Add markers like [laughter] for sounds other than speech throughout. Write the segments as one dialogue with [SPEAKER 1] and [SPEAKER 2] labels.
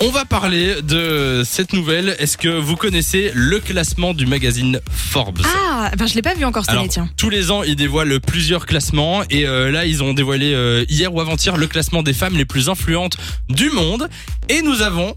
[SPEAKER 1] On va parler de cette nouvelle. Est-ce que vous connaissez le classement du magazine Forbes
[SPEAKER 2] Ah, ben je l'ai pas vu encore cette
[SPEAKER 1] Alors,
[SPEAKER 2] année, tiens.
[SPEAKER 1] tous les ans, ils dévoilent plusieurs classements et euh, là, ils ont dévoilé euh, hier ou avant-hier le classement des femmes les plus influentes du monde et nous avons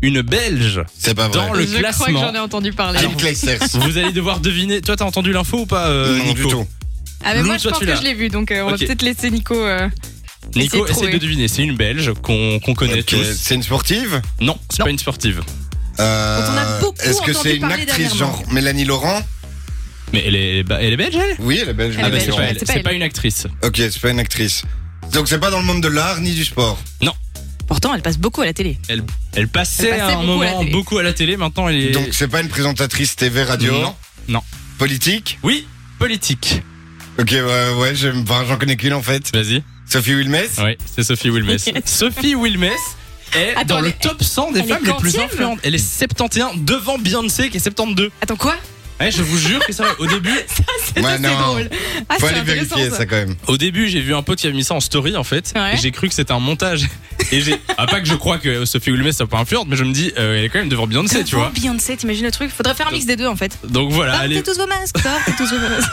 [SPEAKER 1] une Belge
[SPEAKER 3] C'est pas vrai.
[SPEAKER 1] dans le
[SPEAKER 2] je crois que
[SPEAKER 1] classement.
[SPEAKER 2] j'en ai entendu parler.
[SPEAKER 3] Kim Clijsters.
[SPEAKER 1] Vous allez devoir deviner. Toi, t'as entendu l'info ou pas euh,
[SPEAKER 3] Non, du
[SPEAKER 1] Nico
[SPEAKER 3] tout.
[SPEAKER 2] ah, mais
[SPEAKER 1] Lou,
[SPEAKER 2] moi, je
[SPEAKER 1] toi,
[SPEAKER 2] pense
[SPEAKER 1] tu
[SPEAKER 2] que
[SPEAKER 1] l'as.
[SPEAKER 2] je l'ai vu, donc euh, on
[SPEAKER 1] Ok.
[SPEAKER 2] va peut-être laisser Nico. euh, Essayez
[SPEAKER 1] Nico,
[SPEAKER 2] de
[SPEAKER 1] essaye de
[SPEAKER 2] trouver.
[SPEAKER 1] deviner. C'est une Belge qu'on qu'on connaît
[SPEAKER 3] Ok,
[SPEAKER 1] tous.
[SPEAKER 3] euh, C'est une sportive
[SPEAKER 1] Non, c'est pas une sportive.
[SPEAKER 3] Euh,
[SPEAKER 2] on a beaucoup
[SPEAKER 3] Est-ce que
[SPEAKER 2] entendu
[SPEAKER 3] c'est une
[SPEAKER 2] parler
[SPEAKER 3] actrice
[SPEAKER 2] dernièrement.
[SPEAKER 3] genre Mélanie Laurent
[SPEAKER 1] Mais elle est, bah, elle est belge, elle
[SPEAKER 3] Oui, elle est belge.
[SPEAKER 2] Elle
[SPEAKER 1] Ah
[SPEAKER 2] est
[SPEAKER 1] bah, c'est
[SPEAKER 2] belge,
[SPEAKER 3] Mélanie
[SPEAKER 1] pas
[SPEAKER 3] Laurent.
[SPEAKER 1] elle.
[SPEAKER 2] c'est pas
[SPEAKER 1] C'est
[SPEAKER 2] elle.
[SPEAKER 1] pas une actrice.
[SPEAKER 3] Ok, c'est pas une actrice. Donc c'est pas dans le monde de l'art ni du sport.
[SPEAKER 2] Pourtant, elle passe beaucoup à la télé.
[SPEAKER 1] Elle passait,
[SPEAKER 2] Elle passait
[SPEAKER 1] à un
[SPEAKER 2] beaucoup à la
[SPEAKER 1] moment
[SPEAKER 2] télé.
[SPEAKER 1] beaucoup à la télé. Maintenant, elle est.
[SPEAKER 3] Donc c'est pas une présentatrice TV radio
[SPEAKER 1] Non. Non.
[SPEAKER 3] Politique
[SPEAKER 1] Oui, politique.
[SPEAKER 3] Ok, ouais, ouais j'aime- enfin, j'en connais qu'une en fait.
[SPEAKER 1] Vas-y.
[SPEAKER 3] Sophie Wilmès
[SPEAKER 2] Ah,
[SPEAKER 1] Oui, c'est Sophie
[SPEAKER 2] [laughs]
[SPEAKER 1] Wilmess. Sophie Wilmess est
[SPEAKER 2] Attends,
[SPEAKER 1] dans le
[SPEAKER 2] elle est-
[SPEAKER 1] top 100 des
[SPEAKER 2] elle est
[SPEAKER 1] femmes les plus
[SPEAKER 2] quantième
[SPEAKER 1] influentes. Elle est 71 devant Beyoncé qui est 72.
[SPEAKER 2] Attends, quoi
[SPEAKER 1] Ouais, je vous jure que ça Au début,
[SPEAKER 2] C'est
[SPEAKER 3] Ouais,
[SPEAKER 2] assez
[SPEAKER 3] non.
[SPEAKER 2] drôle. Ah, c'est
[SPEAKER 3] Faut aller
[SPEAKER 2] intéressant,
[SPEAKER 3] vérifier
[SPEAKER 2] ça.
[SPEAKER 3] ça quand même.
[SPEAKER 1] au début, j'ai vu un pote qui avait mis ça en story en fait.
[SPEAKER 2] Ouais.
[SPEAKER 1] Et j'ai cru que c'était un montage. Et j'ai ah, pas que je crois que Sophie Wilmess soit pas influente, mais je me dis euh, elle est quand même devant Beyoncé, tu vois. Bah,
[SPEAKER 2] Devant Beyoncé, t'imagines le truc Faudrait faire un mix des deux en fait.
[SPEAKER 1] Donc voilà, elle
[SPEAKER 2] Portez
[SPEAKER 1] est
[SPEAKER 2] tous vos masques, portez tous vos masques.